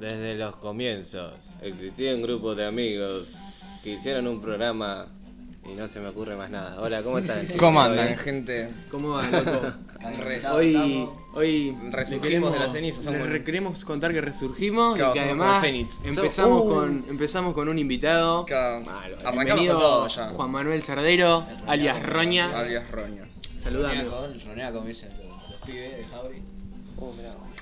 Desde los comienzos existían grupos de amigos que hicieron un programa y no se me ocurre más nada. Hola, ¿cómo están? chicos? ¿Cómo ¿Todo andan, bien? gente? ¿Cómo va, loco? Re- Hoy, hoy Resurgimos le queremos- de las cenizas, somos- le re- queremos contar que resurgimos Claro, y que somos además como Fénix. empezamos, Somos- con, empezamos con un invitado. Claro, Malo. eh. arrancamos Bienvenido, con todo ya. Juan Manuel Cerdero, alias Roña. Alias Roña. Saludame. Ronea, como dicen los, los pibes de Jauri. Oh,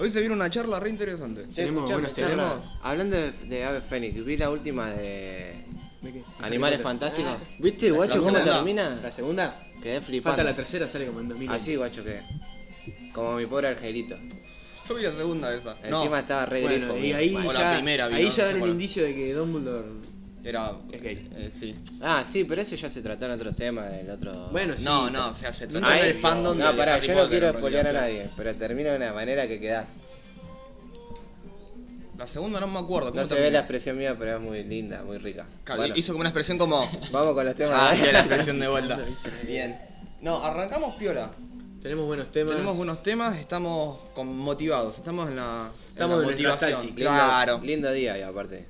Hoy se viene una charla re interesante. Che, Tenemos escuchame, buenos escuchame. temas. Hablando de, de Ave Fénix, vi la última de ¿De qué? Animales Harry Potter. Fantásticos. ¿Viste, guacho, cómo segunda. ¿La termina? segunda? Quedé Falta la flipando. tercera, sale como en 2000. Así, guacho, que. Como mi pobre angelito. Yo vi la segunda de esa. No, Encima estaba re Bueno, grifo. y mira. ahí O la ya, primera, ahí vino, no ya dan sé un cuál. indicio de que Dumbledore... era... Es gay. eh, sí. Ah, sí, pero eso ya se trató en otros temas, en otro. Bueno, sí. No, no, o sea, se trata Ahí- del fandom No, de pará, Harry yo no Potter, quiero en realidad. spoilear a nadie, pero termina de una manera que quedás. La segunda no me acuerdo. ¿cómo No se ve la termina? expresión mía, pero es muy linda, muy rica. Claro, Bueno, Hizo como una expresión como... Vamos con los temas. Ah, de- sí, la expresión de vuelta. Bien. No, arrancamos piola. Tenemos buenos temas. Tenemos buenos temas, estamos con motivados, estamos en la, en Estamos la en nuestra motivación. salsi. Lindo- Claro, Lindo día, y aparte.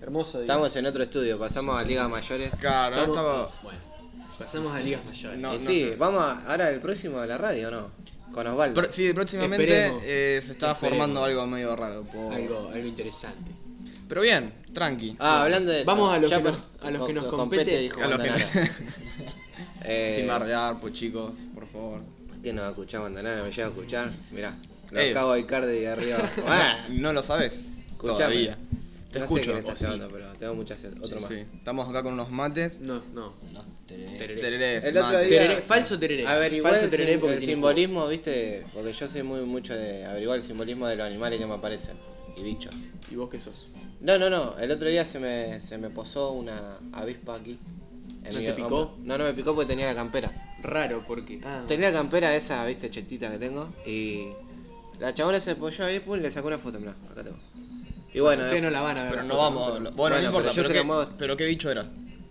Hermoso. digo. Estamos en otro estudio, pasamos a ligas mayores. claro, ahora Estamos- estamos. Bueno, pasamos a ligas mayores. No, y no sí, sé. vamos a- ahora el próximo a la radio, ¿o ¿no? Con Osvaldo. Pro- sí, próximamente Esperemos. eh, se está Esperemos. formando algo medio raro. po- Algo, algo interesante. Pero bien, tranqui. ah, hablando de eso. Vamos a los ya que por- nos- a los que nos co- compete. dijo A los que- Bandanara. Eh, Sin bardear, pues chicos, por favor. ¿Quién nos va a escuchar, Bandanara? Me llega a escuchar. Mirá, lo Eh. acabo de Icardi de arriba. Ah, No lo sabes Escuchame. todavía. Te no sé escucho. quién está Oh, sí. llamando, pero tengo mucha sed. Otro Sí, más. sí. Estamos acá con unos mates. No, no. No, te Tereré. Tererés, El otro mate. día- Tereré, falso tereré. Averiguar falso el, tereré sim- porque el tiene simbolismo, viste, porque yo soy muy mucho de averiguar el simbolismo de los animales que me aparecen y bichos. jugo. ¿Y vos qué sos? No, no, no, el otro día se me, se me posó una avispa aquí. en ¿No mi te hombro. picó? No, no me picó porque tenía la campera. Raro porque. Ah, Tenía la campera esa, viste, chetita que tengo y la chabona se apoyó ahí, pum, le sacó una foto, mirá, acá tengo. Y bueno, ustedes no la van a ver. Pero la no foto, vamos. pero- lo- Bueno, Bueno, no importa. pero yo Pero, se qué, lo muevo- pero qué bicho era.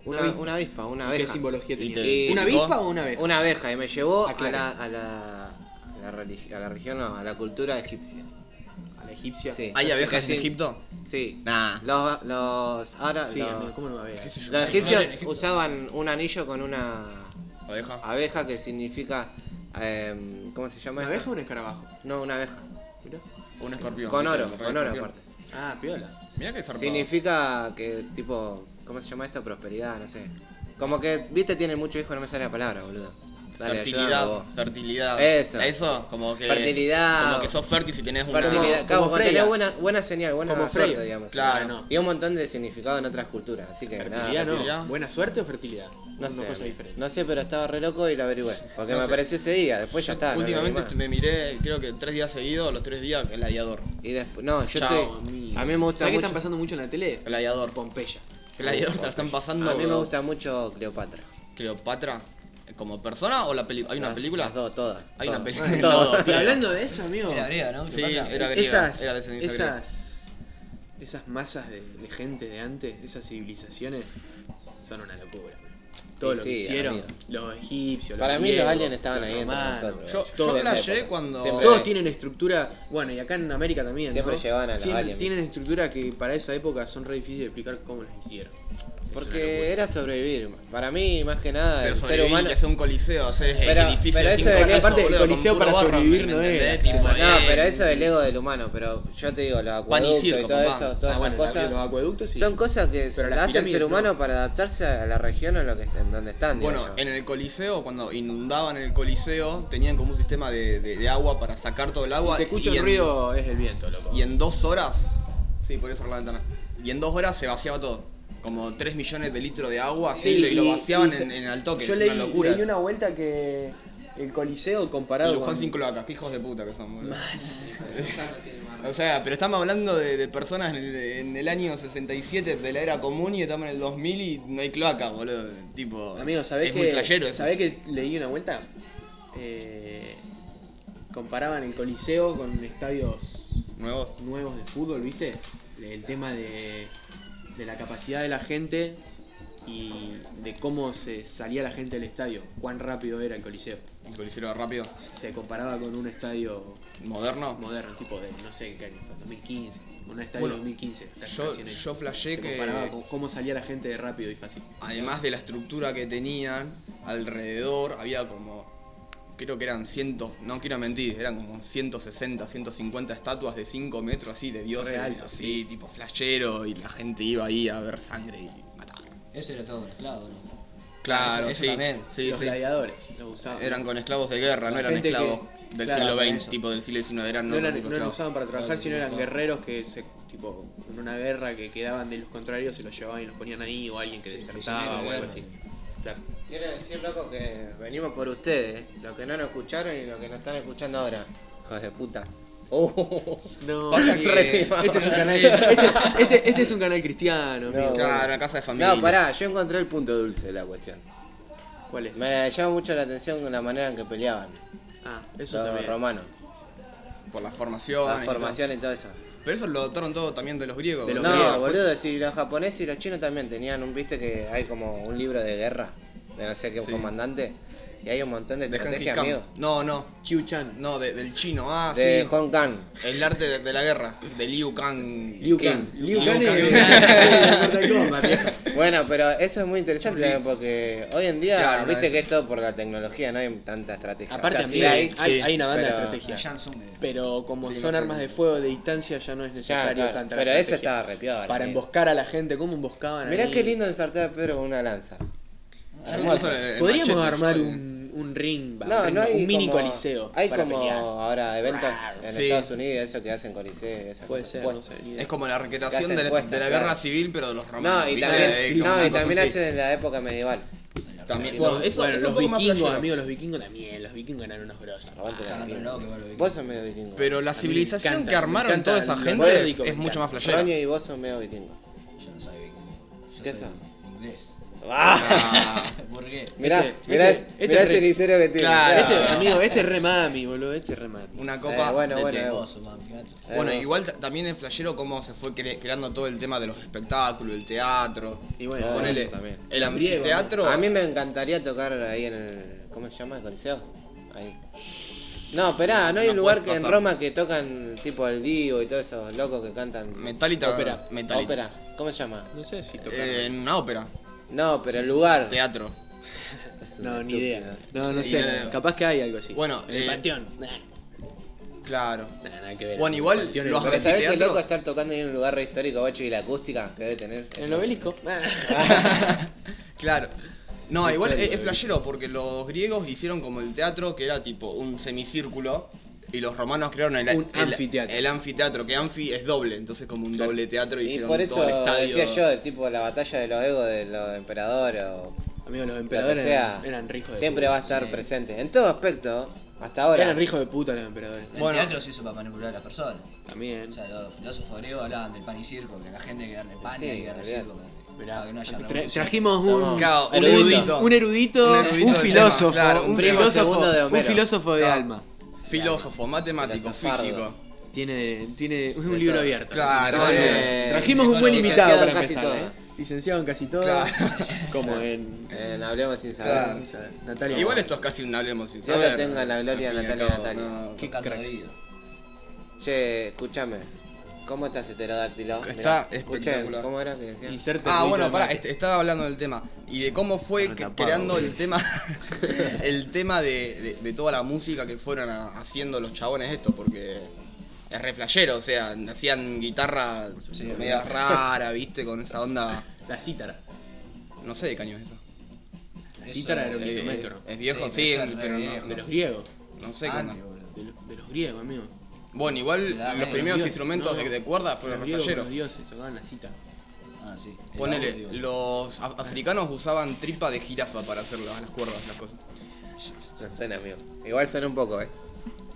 una, una avispa. una avispa, una ¿Qué abeja. simbología Y tenía? te- ¿Una te picó? avispa o una abeja? Una abeja y me llevó a Aclara. la, a la, a la, religi- a la religión, no, a la cultura egipcia. A la egipcia. Sí. ¿Hay abejas Casi- en Egipto? Sí. Nah. Los, los árabes. Ah, Sí, los, amigo, ¿cómo no va a ver? los egipcios usaban un anillo con una Abeja. abeja que significa. em, ¿Cómo se llama? ¿Una esto? abeja o un escarabajo? No, una abeja. Mirá. Un escorpión. Con ¿viste? oro, Un rey con oro escorpión. aparte. Ah, piola. Mirá que zarpado. Significa que, tipo. ¿Cómo se llama esto? Prosperidad, no sé. Como que, viste, tienen mucho hijo, no me sale la palabra, boludo. Dale, ayúdame fertilidad, vos. fertilidad. Eso. Eso, como que. Fertilidad. Como que sos fértil si tenés una. Fertilidad. Cabo, como cuando Freya. tenés buena, buena señal, buena Como suerte, Freya. digamos. Claro. no. Y un montón de significado en otras culturas, así que Fertilidad nada. no. fertilidad. ¿Buena suerte o fertilidad? No Una sé, cosa diferente. no sé, pero estaba re loco y lo averigüé. Porque No me sé. apareció ese día, después ya está. no lo vi Últimamente más. me miré, creo que tres días seguidos, los tres días, gladiador. Y después, no, yo Chao, estoy. A mí me gusta ¿Sabés qué mucho. están pasando mucho en la tele? Gladiador. Pompeya. Gladiador te la están pasando. a mí me bro. gusta mucho Cleopatra. Cleopatra. eh, ¿Como persona o la película? ¿Hay una Las- película? las dos, todas. Hay una todas. película. Todas. Todo, Y tío. hablando de eso, amigo. Era griega, ¿no? Sí, Cleopatra. era griega. esas, Era de ceniza griega. esas, esas masas de, de gente de antes, esas civilizaciones, son una locura. Todo Y lo sí, que hicieron, amigo. los egipcios, Para los mí los griegos, aliens estaban los ahí entre romanos. nosotros. Yo, Toda yo esa flashé época. cuando. Siempre- Todos tienen estructura, bueno, y acá en América también. Siempre ¿no? llevaban a los Tien- aliens. Tienen estructura que para esa época son re difíciles de explicar cómo las hicieron. Es una Porque locura. era sobrevivir. Para mí, más que nada, el Pero ser sobrevivir humano. que hace un coliseo, haces Pero- edificios pero de eso cinco es- pisos, aparte, boludo, con coliseo para puro barro, sobrevivir ¿me no es, entendés? sí, Tipo, bueno, No, eh, pero eso es el ego del humano. Pero yo te digo, los Pan y acueductos y, circo, todo papá. eso, todas Ah, bueno, esas cosas. los acueductos sí. Son cosas que Pero la las hace el ser pirámides no. humano para adaptarse a la región en, lo que, en donde están. digo Bueno, yo. en el Coliseo, cuando inundaban el Coliseo, tenían como un sistema de, de- de agua para sacar todo el Si agua. se escucha y un en- ruido, es el viento, loco. Y en dos horas. Sí, podría cerrar la ventana. Y en dos horas se vaciaba todo. Como 3 millones de litros de agua, así, Sí, y lo vaciaban y se- en, en al toque. Yo es leí, una locura. leí una vuelta que el Coliseo comparado. Y Luján con- sin cloaca, qué hijos de puta que son, boludo. o sea, pero estamos hablando de, de personas en el, en el año 67 de la era común y estamos en el 2000 y no hay cloaca, boludo. Tipo, Amigo, ¿sabés es que, muy flashero eso. ¿sabés que leí una vuelta? Eh, comparaban el Coliseo con estadios Nuevos. nuevos de fútbol, ¿viste? El tema de, de la capacidad de la gente y de cómo se salía la gente del estadio, cuán rápido era el Coliseo. Y lo hicieron rápido. Si se comparaba con un estadio Moderno. moderno, tipo de, no sé en qué año fue, 2015, un estadio Bueno, 2015. la Yo, situación yo ahí. flashé se comparaba que con cómo salía la gente de rápido y fácil. además de la estructura que tenían alrededor, había como. Creo que eran cientos, no quiero mentir, eran como 160, 150 estatuas de 5 metros así, de dioses, Re alto, así, tipo flashero, y la gente iba ahí a ver sangre y matar. Eso era todo mezclado, ¿no? Claro, Eso sí. también, sí, los sí. gladiadores los usaban. Eran con esclavos de guerra, no La eran gente esclavos del claro, siglo por XX, eso. tipo del siglo XIX, eran no otro eran, tipo no de los esclavos. usaban para trabajar, Claro, sino eran claro. guerreros que se, tipo, en una guerra que quedaban de los contrarios, se los llevaban y los ponían ahí, o alguien que Sí, desertaba, prisionero o de algo guerra, así. sí. Claro. Quiero decir, loco, que venimos por ustedes, los que no nos escucharon y los que nos están escuchando ahora. Hijos de puta. Oh, No, Pasa sí, que- este es un canal. Este, este- este es un canal cristiano, No. amigo. Claro, una casa de familia. No, pará, yo encontré el punto dulce de la cuestión. ¿Cuál es? Me llama mucho la atención con la manera en que peleaban Ah, eso los también. romanos. Por la formación. La formación y todo eso. Pero eso lo adoptaron todo también de los griegos. De los o No, sea, griegos, fue- boludo, si los japoneses y los chinos también tenían un, viste que hay como un libro de guerra, de no sé qué Sí. comandante, y hay un montón de de Genghis estrategias, Khan. amigo. No, no. Chiu Chan. No, de- del chino. Ah, De sí. Hong Kong. El arte de, de la guerra. De Liu Kang. Liu ¿Quién? Kang. Liu Liu Kang Kang. es. es Mortal Kombat, viejo. Bueno, pero eso es muy interesante también porque hoy en día, Claro, no, viste es- que es todo por la tecnología, no hay tanta estrategia. Aparte, O sea, amigo, sí hay, hay, sí, hay una banda pero- de La estrategia. Jansson de- Pero como Sí, son no sé. armas de fuego de distancia, ya no es ya, necesario claro, tanta la pero eso estrategia. estaba repeado. Para emboscar a la gente, ¿cómo emboscaban? Mirá ahí? qué lindo ensartar a Pedro con una lanza. Yo no uso el- el Podríamos machete, armar yo- un, un ring, va, No, un, no hay un mini como- coliseo. Hay para como pelear. ahora eventos en Sí. Estados Unidos, eso que hacen coliseo, esas Puede cosas. ser, Bueno. no sé. ni idea. Es como la recreación Que de hacen la, puestas, de la claro. guerra civil, pero de los romanos. No, y ¿viste? también, Eh, no, como y una cosa también así. hacen en la época medieval. También- Bueno, eso, Bueno, eso es los un poco más vikingos, flashero. amigos, los vikingos también. Los vikingos eran unos grosos. Aguante la Cagando mierda. el ojo, boludo. Vos sos medio vikingo. eh. Pero la me civilización encanta, que me armaron encanta toda esa lo gente nórdico, es, me mucho encanta. más flashera. Roño y vos sos medio vikingo. Yo no sabía inglés. Yo ¿Qué soy son? Inglés. Ah, Burgués. Mirá, Este- mirá, este- mirá el este- cenicero que tiene. Ah. Claro. Mirá Este, amigo, este es re mami, boludo. Este es re mami. una copa. Eh, bueno, de bueno. té. Vos, mami, gato. Bueno, Eh, igual ta- también en flashero cómo se fue cre- creando todo el tema de los espectáculos, el teatro. Y bueno, Ah, Ponele, eso también. el Griego, anfiteatro. eh, A mí me encantaría tocar ahí en el. ¿Cómo se llama? ¿El Coliseo? Ahí. No, esperá, no hay No un lugar puedes que en pasar. Roma que tocan tipo el Divo y todos esos locos que cantan. Metallica. Ópera. Metallica. Ópera. ¿Cómo se llama? No sé si tocar. Eh, en una ópera. No, pero el lugar. Teatro. Es un no, ni estúpido. idea. No, no Sí, sé. idea. Capaz que hay algo así. Bueno, en el eh, panteón. Nah, Claro. nah, nada que ver. Bueno, El igual panteón los- en Pero sabés qué Anfiteatro. loco estar tocando ahí en un lugar re histórico, bacho, y la acústica que debe tener. el- en el obelisco. claro. No, Sí, igual claro, es, es eh. flashero porque los griegos hicieron como el teatro que era tipo un semicírculo y los romanos crearon el, Un el- anfiteatro. el anfiteatro, que anfi es doble, entonces como un doble teatro Y hicieron por eso todo el estadio. decía yo, tipo la batalla de los egos de los emperadores o Amigos, lo los que emperadores sea. eran, eran rijos de siempre puta. va a estar presente. En todo aspecto, hasta ahora. Eran rijos de puta los emperadores. El Bueno. teatro se hizo para manipular a las personas. También. O sea, los filósofos griegos hablaban del pan y circo, que a la gente hay que darle pan Sí, y hay que darle olvidate. circo. Mirá, para que no haya tra- revolución. trajimos un, Claro, un, erudito. erudito, un erudito, Un un, erudito del filósofo, tema, claro, un, un primo segundo filósofo, de un Homero. filósofo de No. alma. Filósofo, matemático, Filosofardo. físico. Tiene, tiene es un De libro todo. abierto. Claro, Trajimos- eh, trajimos un buen licenciado invitado para en casi empezar. todo. ¿eh? Licenciado en casi todo, Claro. como en Eh, hablemos sin saber. Claro. Natalia. Igual esto es casi un hablemos sin Dios la saber. tenga la gloria Al fin y al Natalia cabo, Natalia. no. Qué canto de vida. Che, escúchame. ¿Cómo estás heterodáctilo? Está Mirá, escuchen, espectacular. ¿Cómo era que decía? Inserte Ah, ruido bueno, de pará, mate. este- estaba hablando del tema. Y de cómo fue Está que- tapado, creando el boludo. tema el tema de, de- de toda la música que fueron a- haciendo los chabones esto, porque es re flashero, o sea, hacían guitarra media rara, viste, con esa onda, La cítara. no sé de caño es eso. La Eso, cítara era un eh, instrumento ¿no? Es viejo, Sí, sí, pero eso es pero no, re viejo. de no- los griegos, no sé Ah, qué Antes, onda. boludo. de los, de los griegos, amigo. Bueno, igual La- los la- primeros Dios, instrumentos no. de, de cuerda Los fueron re griegos, flasheros. los dioses tocaban la cítara. Ah, sí. El audio, Ponele, boludo. los af- africanos usaban tripa de jirafa para hacer las las cuerdas, las cosas. No suena, amigo. Igual suena un poco, eh.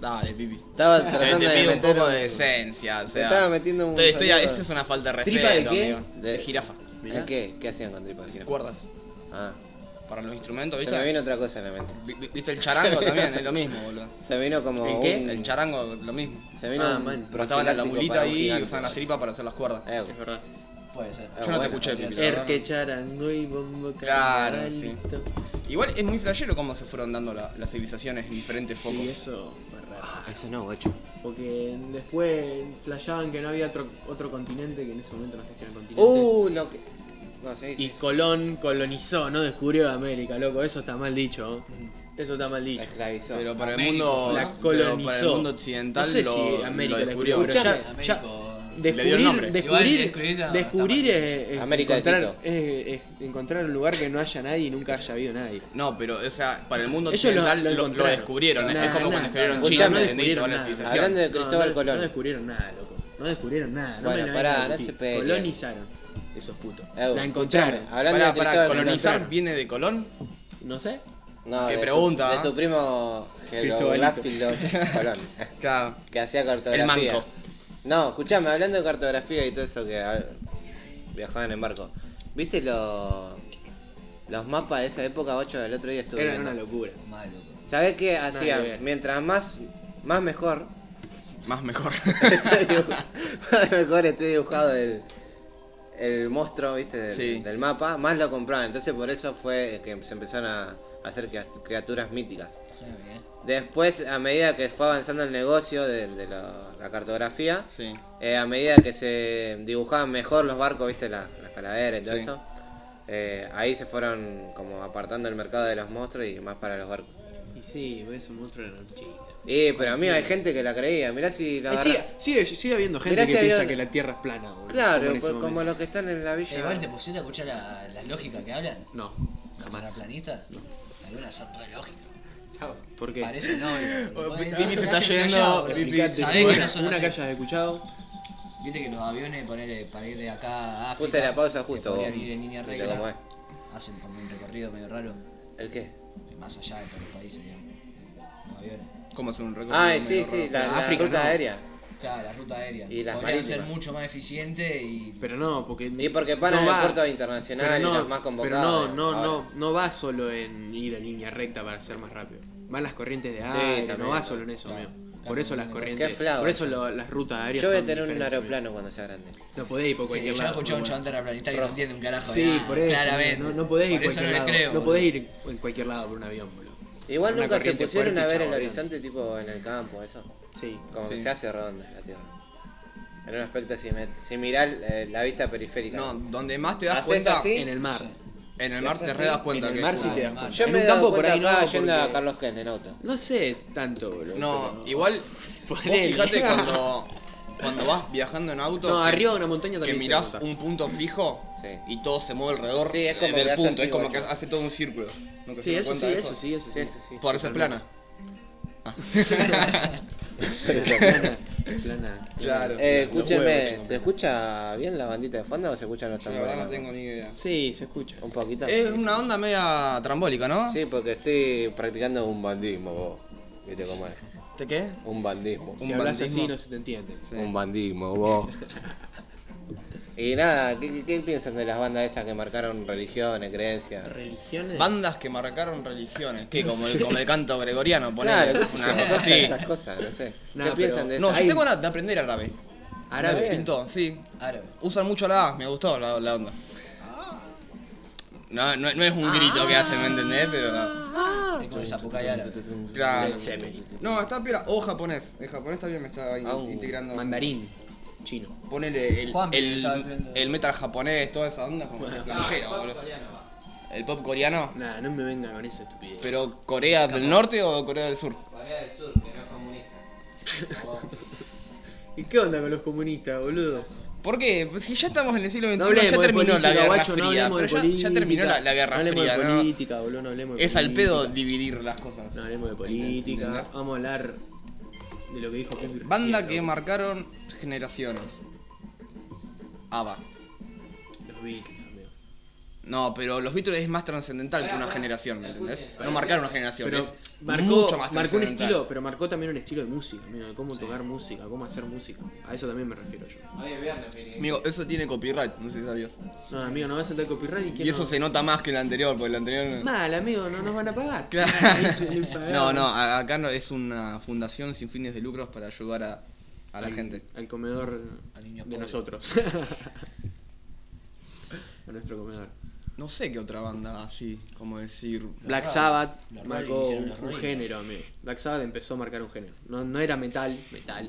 Dale, pipi. Estaba Te, tratando te de pido un meter poco de esencia, o sea. estaba metiendo un Te- estoy a- sonido- esa es una falta de respeto, ¿Tripa de qué? amigo. De- De, jirafa. Mirá. ¿En qué? ¿Qué hacían con tripa de jirafa? Cuerdas. Ah. Para los instrumentos, Se me ¿viste? vino otra cosa en la mente. Vi- vi- ¿Viste el charango también? Es lo mismo, boludo. Se vino como ¿El qué? un... El charango, lo mismo. Se vino Ah, un man. Mataban a la profiláctico mulita para un ahí y gigante. usaban las tripas para hacer las cuerdas. Eh, Es verdad. Puede ser. Ah, Yo no bueno, te escuché, podría pipi. la ser. verdad no. Erque, charango y bombo Claro, sí. camaralito. Igual es muy flashero cómo se fueron dando la- las civilizaciones en diferentes focos. Sí, eso fue raro. Eso no, guacho. Porque después flashaban que no había otro, otro continente, que en ese momento no sé si era continente. Uh, lo que. No, sí, y sí. Colón colonizó, no descubrió América, loco. Eso está mal dicho. Eso está mal La dicho. esclavizó. Pero para el Américo, mundo. La pero para el colonizó. mundo occidental No sé lo, si lo América la descubrió. descubrió, pero Escuchame, ya- le dio el nombre. Descubrir, Igual descubrir, descubrir a- descubrir está mal es, es América de encontrar, Tito. es- es encontrar un lugar que no haya nadie y nunca haya habido nadie. No, pero, o sea, para el mundo Ellos lo- occidental lo, lo lo encontraron. descubrieron. No, es como no, cuando descubrieron no, China, no ¿me entendí? descubrieron Toda la nada. civilización. Hablando de No, Cristóbal no, Colón. No descubrieron nada, loco. No descubrieron nada. No Bueno, me la pará, vengan a no discutir. se peleen. Colonizaron esos putos. Eh, la escuchame, encontraron. Hablando Pará, de pará, Cristóbal colonizar Colón. viene de Colón. No sé. No, Qué de su- pregunta, De ¿eh? su primo Cristobalito. geográfico Colón. Claro. Que hacía cartografía. El manco. No, escuchame, hablando de cartografía y todo eso que a ver, viajaban en barco. ¿Viste los los mapas de esa época, 8 del otro día estuve Era viendo? una locura. Mal, loco. ¿Sabés qué que ver. hacían? Mientras más, más mejor. Más mejor. Está dibuj- más mejor esté dibujado el, el monstruo, ¿viste? Del, Sí. del mapa, más lo compraban. Entonces por eso fue que se empezaron a hacer cri- criaturas míticas. Después, a medida que fue avanzando el negocio de, de la, la cartografía, sí. eh, a medida que se dibujaban mejor los barcos, viste, las, las calaveras y todo Sí. eso, eh, ahí se fueron como apartando el mercado de los monstruos y más para los barcos. Y sí, es un monstruo de la noche. Y, pero amigo, hay gente que la creía, mirá si la Eh, sigue, agarra- sigue, sigue habiendo gente Mirá que si había- piensa que la Tierra es plana, boludo. Claro, en ese pues, como momento. los que están en la villa. Eh, Igual te pusiste a escuchar la, las lógicas que hablan. No, ¿Las jamás. planitas? Algunas son re lógicas. ¿Por qué? Parece noble. Oh, Vos decís, Pipi se "Ah, está casi yendo, callado, boludo". Pipi. Fíjate, Sabés que una, no son una así. que hayas escuchado. Viste que los aviones ponele, para ir de acá a África. Puse la pausa justo. que vos. podrían ir en línea Viste cómo es. recta. Hacen como un recorrido medio raro. ¿El qué? Más allá de todos los países, digamos. eh, Los aviones. ¿Cómo hacer un recorrido? Ay, Ah, sí, medio sí, raro? la, Pero la África ruta no. aérea. Claro, la ruta aérea. Y las Podrían ser marítimas. mucho más eficientes y. Pero no, porque. Y porque van no al va- aeropuerto internacional pero y no, los más Pero convocados. no, no, ahora. no, no va solo en ir en línea recta para ser más rápido. Van las corrientes de Sí, aire, no también, va solo en eso, claro. amigo. Claro, Por eso las qué corrientes. flauta. Por eso lo- las rutas aéreas. Yo voy a son tener un diferentes, amigo. aeroplano cuando sea grande. No podés ir por Sí, yo cualquier he lado. escuchado a un no, chabón terraplanista que no entiende un carajo. de Sí, nada, por eso. Claramente. No, no podés ir por eso por cualquier no le lado. creo. no boludo. podés ir en cualquier lado por un avión, boludo. Igual Una nunca se corriente pusieron fuerte, a ver el chabón. horizonte tipo en el campo, eso. Sí. Como que Sí. se hace redonda la Tierra. En un aspecto similar similar eh, la vista periférica. No, donde más te das ¿Haces cuenta. así? En el mar. En el mar te re das cuenta en que. el mar es sí como- te das en cuenta. Yo en me he un dado campo por cuenta ahí no. acá yendo a porque- Carlos Ken en auto. No sé tanto, boludo. No, pero- igual. Vos Ponele. fijate cuando. Cuando vas viajando en auto. No, que- arriba de una montaña que también. se mirás nota. un punto fijo Sí. y todo se mueve alrededor Sí, es como del que hace punto, así, es como que guacho. hace todo un círculo. ¿Nunca se Sí, dieron eso cuenta sí, de eso sí, eso sí. Sí, sí, sí. Por ser plana. plana, plana. Claro. Eh, Los huevos escúcheme, tengo. ¿se escucha bien la bandita de fondo o se escuchan los Yo la verdad tambores? no tengo ni idea. Sí, se escucha. ¿Un poquito? Es una onda media trambólica, ¿no? Sí, porque estoy practicando un bandismo, vos. ¿Viste cómo es? ¿De qué? Un bandismo. Si Un hablas bandismo. así no se te entiende. Sí. Un bandismo, vos. y nada, ¿qué, qué- qué piensan de las bandas esas que marcaron religiones, creencias? Religiones. Bandas que marcaron religiones, que como el, como el canto gregoriano, ponele, Claro, qué sé una yo, cosa esas- así. Esas cosas, no sé. Nah, ¿Qué pero- piensan de eso? No, yo Ahí- tengo ganas de aprender árabe. Árabe. Me pintó, sí. Árabe. Usan mucho la A, me gustó la, la onda. No, no, no es un grito que hacen, ¿me entendés? Pero Es como esa poca y árabe. Claro. Led Zeppelin. No, está piola. O japonés. El japonés también me está in- Ah, un integrando. Mandarín. Chino. Ponele el, Juanpi el, estaba haciendo- el metal japonés, toda esa onda, como que flashero, boludo. El pop coreano. Nada, no me venga con esa estupidez. Pero Corea del Norte o Corea del Sur. Corea del Sur, que no es comunista. ¿Y qué onda con los comunistas, boludo? ¿Por qué? Si ya estamos en el siglo XXI, No hablemos ya de terminó la política, Guerra guacho, no Fría. hablemos de pero ya, ya política, terminó la, la Guerra no hablemos Fría, de ¿no? política, boludo, no hablemos de Es al política. pedo dividir las cosas. No hablemos de política. ¿Entendés? Vamos a hablar de lo que dijo Pepe. Banda que recién, loco. marcaron generaciones. ABBA. Los Beatles, amigo. No, pero los Beatles es más trascendental que una generación, ¿me entendés? No marcaron una generación, Pero es marcó, mucho más marcó un trascendental. estilo, pero marcó también un estilo de música, amigo, de cómo tocar música, cómo hacer música. A eso también me refiero yo. Oye, vean, Amigo, eso tiene copyright, no sé si sabías. No, amigo, no vas a tener copyright y quién Y eso no? se nota más que el anterior, porque el anterior... Mal, amigo, no nos van a pagar. Claro. Ahí pagaron No, no, a- acá no, es una fundación sin fines de lucros para ayudar a, a la al- gente. Al comedor Al niño de pobre. nosotros. a nuestro comedor. No sé qué otra banda así, como decir. Black Rolling- Sabbath los Rolling marcó hicieron un, los un Rolling. género a mí. Black Sabbath empezó a marcar un género. No, no era metal, metal.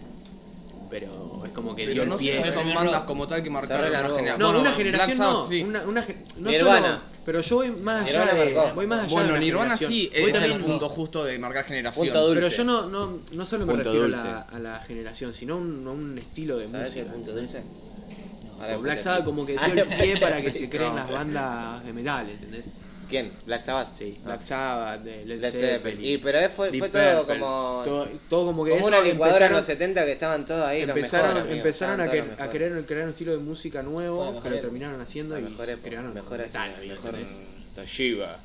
Pero es como que dio Pero el no pie. sé si son Primero- bandas como tal que marcaron relargó. una generación. No, Bueno, una Black generación Sabbath, no. sí. Una, una gen- no Nirvana. solo- pero yo voy más allá Nirvana de. marcó. Voy más allá de Bueno, una Nirvana generación. sí Voy es también- el punto justo de marcar generación. Punto dulce. Pero yo no, no, no solo me Punto refiero a dulce. la, a la generación, sino a un, a un estilo de ¿Sabes qué música. punto dulce? Ahora Con después Black te Sabbath explico. como que Ah, dio el pie después para te que se explico. creen las bandas de metal, ¿entendés? ¿Quién? ¿Black Sabbath? Sí, Ah. Black Sabbath, de Led, Led Zeppelin. Zeppelin. Y pero es- fue, Deep fue todo Purple. como. Todo, todo como que como eso una licuadora en empezaron- los 70 que estaban todos ahí. los empezaron, mejores, amigo, empezaron a, estaban que- todos los a mejores. querer crear un estilo de música nuevo, Fue la que mejor lo época. terminaron haciendo e- La y mejor se época, crearon mejor metal, así, amigo, mejor ¿entendés? Toshiba.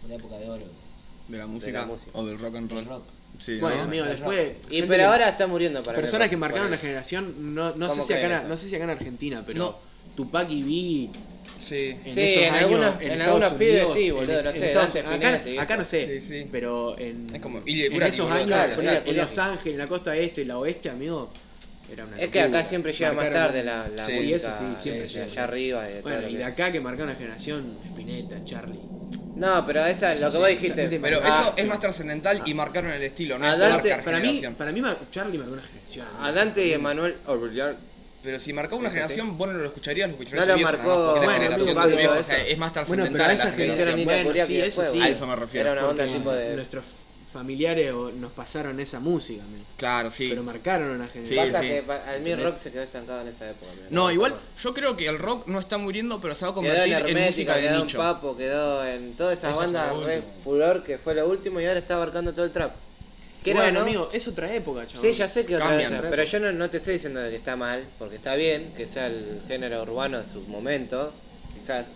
Fue la época de oro. De la música. música. O del rock and El roll. rock. Sí, Bueno, ¿no? amigo, el después... Y gente pero que- ahora está muriendo para Personas mí, que marcaron por la ahí. generación, no, no sé ¿Cómo si acá, creen en- eso? no sé si acá en Argentina, pero No. Tupac y Biggie Sí. en Sí, esos en años algunos- en Estados algunos pibes Unidos, sí, boludo, en- no en sé, Estados- Dante acá, Pinetti, acá no sé, Sí, sí. pero en, Es como Ili en Urati, esos boludo, años, claro, ponele, Urati. en Los Ángeles, en la costa este y la oeste, amigo, era una Es que acá locura. siempre llega más Marcaron- tarde la, la Sí, música. eso sí, siempre de llega. allá arriba. de todo Bueno, lo y que de es. acá que marcaron una generación, Spinetta, Charlie. No, pero esa, lo que vos dijiste. gente Pero Ah, eso sí. es más trascendental y marcaron el estilo, no A es Dante- marcar para mí, generación. para mí mar- Charlie marcó una generación. A Dante y Emanuel Aubrillard. Pero si marcó una Sí, sí, generación, vos no lo escucharías, lo escucharías No lo tu viejo, nada marcó- más, porque Bueno, la generación Pablo, de tu viejo, o sea, eso. es más Bueno, trascendental pero a la esas que le hicieron generación. generación. Nina Bueno, Curiaki sí, eso después, sí. A eso me refiero. Era una onda porque tipo de. Nuestros familiares o- nos pasaron esa música, amigo. Claro, sí. pero marcaron una Sí, generación. Pasa sí. que pa- al mí ¿Entendés? rock se quedó estancado en esa época. mira, No, pasa igual más. yo creo que el rock no está muriendo, pero se va a Quedó en convertir en Hermética, música de quedó en nicho. Papo, quedó en todas esas Eso fue bandas lo re último. furor que fue lo último y ahora está abarcando todo el trap. Que bueno, era, ¿no? amigo, es otra época, chaval. Sí, ya sé que otra Cambian. vez, pero yo no, no te estoy diciendo de que está mal, porque está bien que sea el género urbano en su momento, quizás.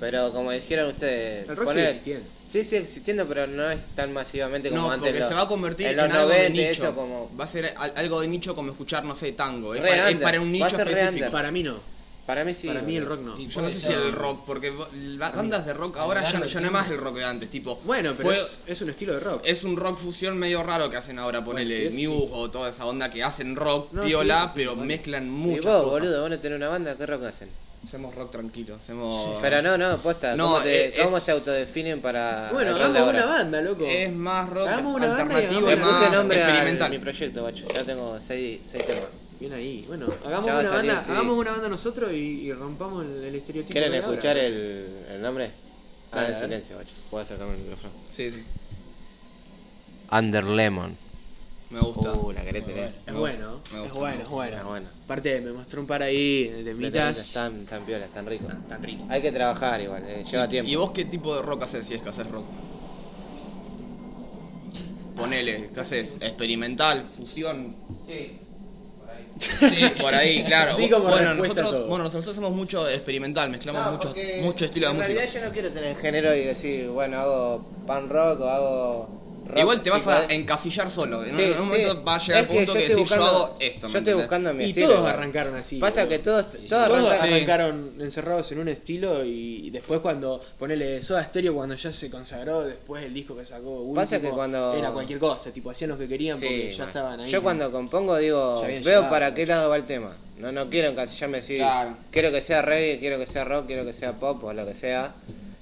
Pero como dijeron ustedes, El rock poner- sigue existiendo. Sí, sigue existiendo, pero no es tan masivamente como No, antes. porque lo- se va a convertir en, los algo de 90, nicho. eso como- Va a ser al- algo de nicho como escuchar, no sé, tango. Es, Re para, es under. para un Va a nicho ser re específico. under. Para mí no. Para mí sí. para mí el boludo. rock no. Y Yo no sé si el rock, porque vo- las bandas de rock ahora ya, no- ya no es más el rock de antes, tipo. Bueno, pero fue- es, es un estilo de rock. es un rock fusión medio raro que hacen ahora, ponele Bueno, sí, Muse o toda esa onda que hacen rock No, piola, sí, sí, sí, pero vale. mezclan Y muchas vos, cosas. boludo, vos no tenés una banda, ¿qué rock hacen? Hacemos rock tranquilo, hacemos. Pero no, no, posta. No, ¿Cómo, te- eh, cómo es- se autodefinen para. bueno, el rock hagamos de ahora? una banda, loco. Es más rock Hagamos una banda y alternativo, hagamos Le es una más puse nombre a mi experimental. proyecto, guacho. Ya tengo seis, seis temas. Bien ahí. Bueno, hagamos Ya va a una salir, banda, sí. hagamos una banda nosotros y, y rompamos el, el estereotipo. ¿Quieren de ahora. escuchar el, el nombre? Dale, Ah, en dale. silencio, guacho. Puedo acercarme el micrófono. Sí, sí. Under Lemon. Me gusta. Uh, la querés tener. Me Es gusta, bueno, me es gusta, bueno, me es bueno. Es bueno. Aparte, me mostró un par ahí de Los temitas temitas. están tan piolas, tan ricos. Tan rico. Hay que trabajar igual, eh, lleva tiempo. ¿Y vos qué tipo de rock haces si es que haces rock? Ponele, ¿qué haces? ¿Experimental? ¿Fusión? Sí. Sí, por ahí, claro. Así como bueno, respuesta a nosotros, todo. bueno, nosotros hacemos mucho experimental, mezclamos muchos mucho, mucho estilo de en música. realidad yo no quiero tener género y decir, bueno, hago pan rock o hago rock. Igual te vas a psicodélico. encasillar solo. En Sí, un- en un momento sí. va a llegar Es el punto que, estoy decís, yo buscando- hago esto. ¿me Yo estoy entendés? buscando mi Y estilo. todos igual. arrancaron así. Pasa boludo. que todos, todos Todos arrancan. Sí. arrancaron encerrados en un estilo y después cuando ponele Soda Stereo cuando ya se consagró después el disco que sacó último, Pasa que cuando- era cualquier cosa, tipo hacían lo que querían Sí, porque ya bueno. estaban ahí. Yo cuando compongo digo, veo Ya habían llegado, para ¿no? qué lado va el tema. No, no quiero encasillarme y decir, Claro. quiero que sea reggae, quiero que sea rock, quiero que sea pop o lo que sea.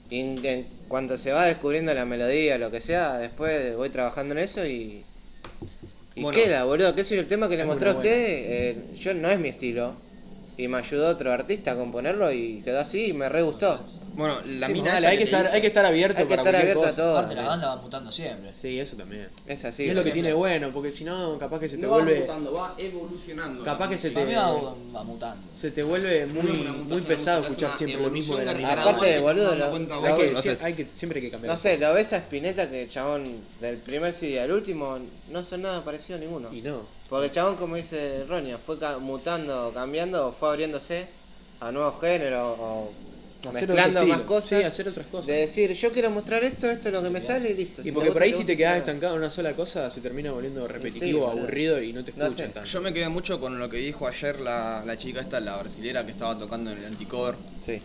Y en, en cuanto se va descubriendo la melodía, lo que sea, después voy trabajando en eso y. Y Bueno. queda, boludo. ¿Qué es el tema que le Es mostré a una usted? eh, yo no es mi estilo. Y me ayudó otro artista a componerlo y quedó así y me re gustó. Bueno, la Sí, mina mal, la hay te que, estar, dije- hay que estar abierto Hay que para estar cualquier abierto a cosa. todo. Aparte, las bandas van mutando siempre. Sí, eso también. Es Y así. es lo que boludo. tiene bueno, porque si no capaz que se te No va vuelve mutando, va evolucionando. capaz que se Para mí te va, va mutando. se te vuelve No muy, es una mutación, muy la música pesado es escuchar una siempre lo mismo de la evolución misma Aparte, garantizada, banda. vos boludo, te lo- das cuenta, lo- vos hay que que, lo sie- haces. hay que- siempre hay que cambiar. No sé, lo ves a Spinetta que el chabón del primer CD al último no son nada parecido a ninguno. Y no. Porque el chabón, como dice Ronia, fue ca- mutando, cambiando, o fue abriéndose a nuevos géneros o Hacer otro mezclando estilo. más cosas. Sí, hacer otras cosas. De decir, yo quiero mostrar esto, esto es lo que me sale y listo. Y Si te porque gusta, por ahí si te gusta, quedás si no. estancado en una sola cosa, se termina volviendo repetitivo, boludo. aburrido y no te No escuchan sé. tanto. Yo me quedé mucho con lo que dijo ayer la, la chica esta, la brasilera que estaba tocando en el anticover. Sí.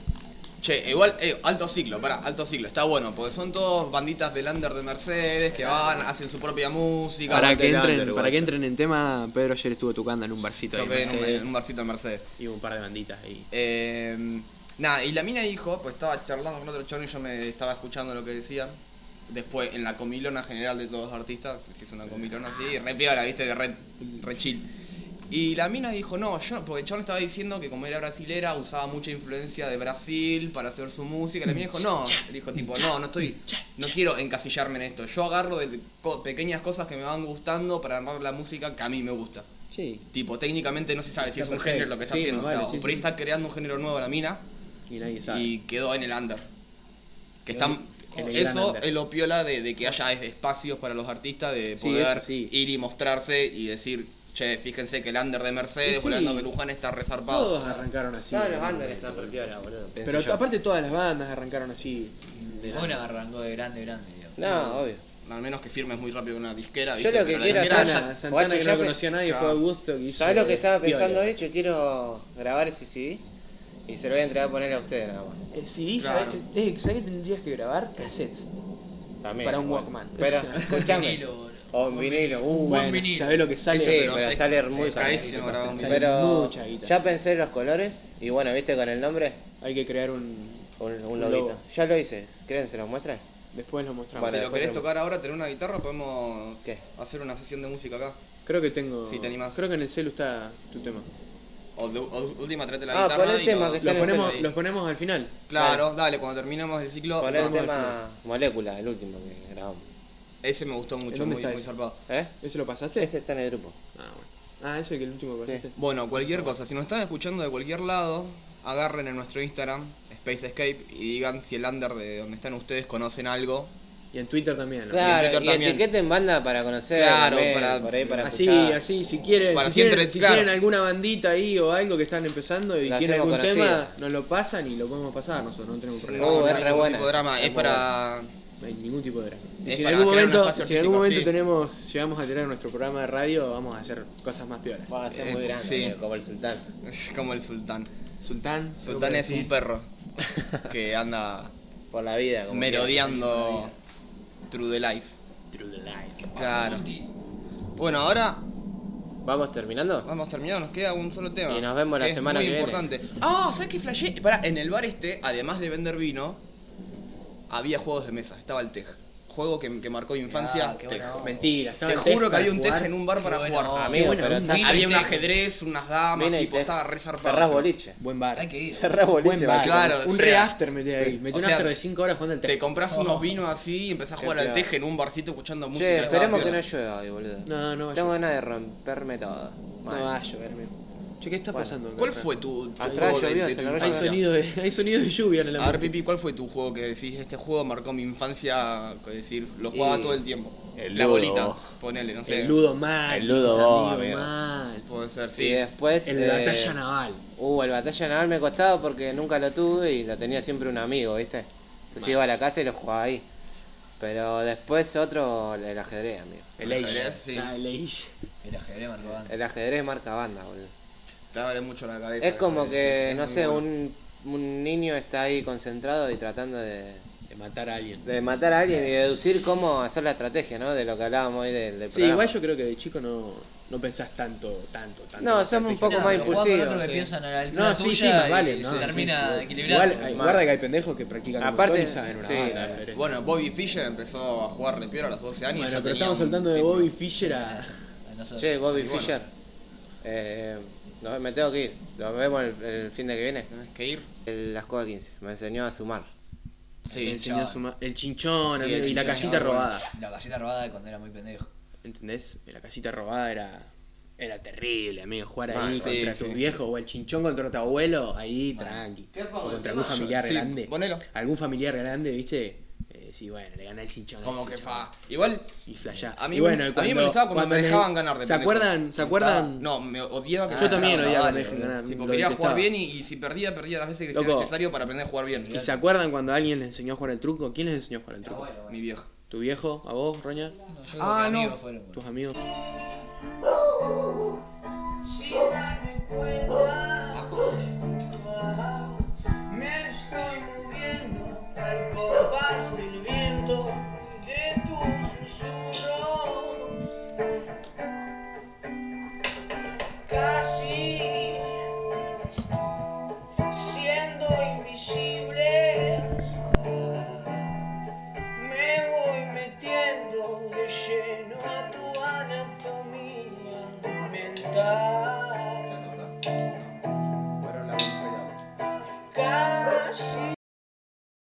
Che, igual, eh, alto ciclo, pará, alto ciclo, está bueno, porque son todos banditas del under de Mercedes que van, hacen su propia música. Para Aguante que, el entren, under, para que guacho. entren en tema, Pedro ayer estuvo tocando en un barcito de Toqué en un, Mercedes en un barcito en Mercedes. y hubo un par de banditas ahí. Eh, Nada, y la mina dijo, pues estaba charlando con otro chorro y yo me estaba escuchando lo que decían. Después, en la comilona general de todos los artistas, que se hizo una comilona así, re piola, viste, de re, re chill. Y la mina dijo, no, yo, porque Chon estaba diciendo que como era brasilera usaba mucha influencia de Brasil para hacer su música. La mina dijo, no, dijo tipo, no, no estoy, no quiero encasillarme en esto. Yo agarro de co- pequeñas cosas que me van gustando para armar la música que a mí me gusta. Sí. Tipo, técnicamente no se sabe si Está es un perfecto. género lo que está Sí, haciendo, más o sea, vale, sí, por ahí sí. está creando un género nuevo la mina Y nadie sabe. y quedó en el under. Que están, En el gran eso under. es lo piola de, de que haya espacios para los artistas de Sí, poder eso sí. ir y mostrarse y decir, che, fíjense que el under de Mercedes o Y el sí. under de Luján está resarpado. Todos arrancaron así. Todos los boludo. bandos están por piola, boludo. Pero yo. aparte todas las bandas arrancaron así. de la- Una arrancó de grande, grande, digamos. No, obvio. Al menos que firmes muy rápido una disquera. Yo ¿viste? lo que Pero la quiero disquera hacer- ya- Santana, Santana Guacho, que ya no pe- conocía a nadie, Claro. fue Augusto que hizo. ¿Sabes lo que estaba Viola. pensando, de hecho? Quiero grabar ese CD y se lo voy a entregar a poner a ustedes nada más. El CD, Claro. ¿sabes qué eh, ¿sabés qué tendrías que grabar? Cassettes. También. Para un igual. Walkman. Pero, Un escuchame. vinilo, boludo. O un vinilo. Uh, Bueno, vinilo. ¿sabés lo que sale? Sí, pero pero, sí, sale sí, muy es carísimo caro. grabar un Sale Pero mucha guita. ya pensé en los colores y bueno, viste con el nombre, Hay que crear un. un, un Un loguito. logo. Ya lo hice, ¿creen se los muestra? Después lo mostramos. Bueno, Si lo después querés lo- tocar ahora, tener una guitarra, podemos ¿Qué? hacer una sesión de música acá. Creo que tengo. Si te animás. Creo que en el celu está tu tema. O, de- o de última, trate la Ah, guitarra. pon el y tema nos- que está en Los el ponemos ponemos, ahí. los ponemos al final. Claro, dale, cuando terminemos el ciclo. Poner el vamos. tema molécula, el último que grabamos. Ese me gustó mucho, dónde muy, está muy ese? zarpado. ¿Eh? ¿Ese lo pasaste? Ese está en el grupo. Ah, bueno. Ah, ese que el último que Sí. pasaste. Bueno, cualquier cosa, si nos están escuchando de cualquier lado, agarren en nuestro Instagram, Space Escape, y digan si el under de donde están ustedes conocen algo. Y en Twitter también. ¿no? Y en Claro, Twitter y, también. etiqueten banda para conocer. Claro, también, para- por ahí para Así, escuchar. así, si quieren, Para si, siempre, quieren, si claro. quieren alguna bandita ahí o algo que están empezando y La tienen algún hacemos tema, conocida. nos lo pasan y lo podemos pasar nosotros, no tenemos problema. Oh, es no hay re ningún buena tipo de esa, drama, es es muy para. No hay ningún tipo de drama. Y Es si en para algún crear un momento, espacio si en algún artístico, momento sí. tenemos, llegamos a tener nuestro programa de radio, vamos a hacer cosas más peores. Va a ser muy Eh, grande, sí. como el sultán. Es como el sultán. Sultán. Sultán es un perro que anda Por la vida. Como merodeando True the Life. True the light. Claro. Bueno, ahora quiera. ¿Vamos terminando? Vamos terminado, nos queda un solo tema. Y nos vemos la es semana muy que viene. importante. Ah, ¿sabes qué flashé? Pará, en el bar este, además de vender vino, había juegos de mesa. Estaba el Tej. Juego que, que marcó infancia. Ah, qué Tej. buena onda. Mentira, estaba Te el juro test que había para un jugar. Tej en un bar para buena Ah, jugar. onda. Amigo, Bueno, pero un estás- Había un ajedrez, unas damas, Vino y tipo, te- estaba re zarpado. Cerrás ese. boliche. Buen bar. Hay que ir. Cerrás boliche. Buen bar. Claro, un o re sea, after metí sí. ahí. Metí O un sea, after de 5 horas jugando al Te test. compras Oh. unos vinos así y empezás a jugar al piola. Tej en un barcito escuchando música. Che, esperemos que Estaba no piola. llueva hoy, boludo. No, no va a Tengo llover. ganas de romperme todo. No Mal. ah, va a llover, amigo. Che, ¿qué está Bueno, pasando? acá ¿Cuál atrás? fue tu, tu Atrás juego de, llovió, de se tu largó Hay Ah, infancia? sonido de, hay sonido de lluvia en el A ver, ambiente. Pipi, ¿cuál fue tu juego que decís? Este juego marcó mi infancia, que decir, lo jugaba Y- todo el tiempo. el La Ludo. bolita, ponele, no sé. El ludo mal. El ludo mis vos, amigos, amigo. mal. Puede ser, Y sí. después. El eh, batalla naval. Uh, el batalla naval me costaba porque nunca lo tuve y lo tenía siempre un amigo, ¿viste? Entonces iba a la casa y lo jugaba ahí. Pero después otro, el ajedrez, amigo. El el Age. ajedrez, sí. Ah, el Age. El ajedrez marcó Eh, banda. El ajedrez marca banda, boludo. Te abre mucho la cabeza. eh, Es como que, Es no muy sé, bueno. un, un niño está ahí concentrado y tratando de, De matar a alguien. de matar a alguien y deducir cómo hacer la estrategia, ¿no? De lo que hablábamos hoy del, del Sí, programa. igual yo creo que de chico no, no pensás tanto, tanto, tanto. No, en somos un estrategia. poco No, más pero jugá con impulsivos, otros que sí. piensan a la altura No, sí, sí, tuya más vale. y no, se sí, termina sí. equilibrando. Igual, eh, Mal. guarda que hay pendejos que practican un Aparte- montón y saben una sí, banda, pero- Bueno, Bobby Fischer empezó a jugar de piedra a los 12 años. Bueno, y yo pero tenía estamos un saltando de tipo- Bobby Fischer a... A nosotros. Che, Bobby Y bueno. Fischer. Eh, no, me tengo que ir. Nos vemos el, el fin de que viene. ¿Tenés que ir? El- la escoba 15. Me enseñó a sumar. que Sí. enseñó a sumar- el chinchón Sí, amigo, el y la chinchón, casita bueno. robada. La casita robada de cuando era muy pendejo. ¿Entendés? La casita robada era... Era terrible, amigo, jugar ahí Mal, sí, contra sí. tu viejo o el chinchón contra tu abuelo, ahí tranqui. O contra algún familiar Sí, grande. ponelo. Algún familiar grande, ¿viste? Eh, sí, bueno, le gané el chinchón. al Como que chinchón. fa. Igual. Y flashás. A mí, y bueno, me- a mí me cuando- molestaba cuando, me dejaban ganar de ¿Se pendejo. Ah, acuerdan? ¿Se acuerdan? No, me odiaba que Yo me también dejaran odiaba que me ganar, dejen ganar, boludo. Tipo, lo quería jugar detestaba. bien y, y si perdía, perdía las veces que sea Loco. necesario para aprender a jugar bien. ¿Y se acuerdan cuando alguien les enseñó a jugar el truco? ¿Quién les enseñó a jugar el truco? Mi viejo. ¿Tu viejo? ¿A vos, Roña? No, yo Ah, creo que no. amigos fueron. boludo. ¿Tus amigos? Me estoy moviendo al compás del viento de tus susurros. Casi siendo invisible. corazón.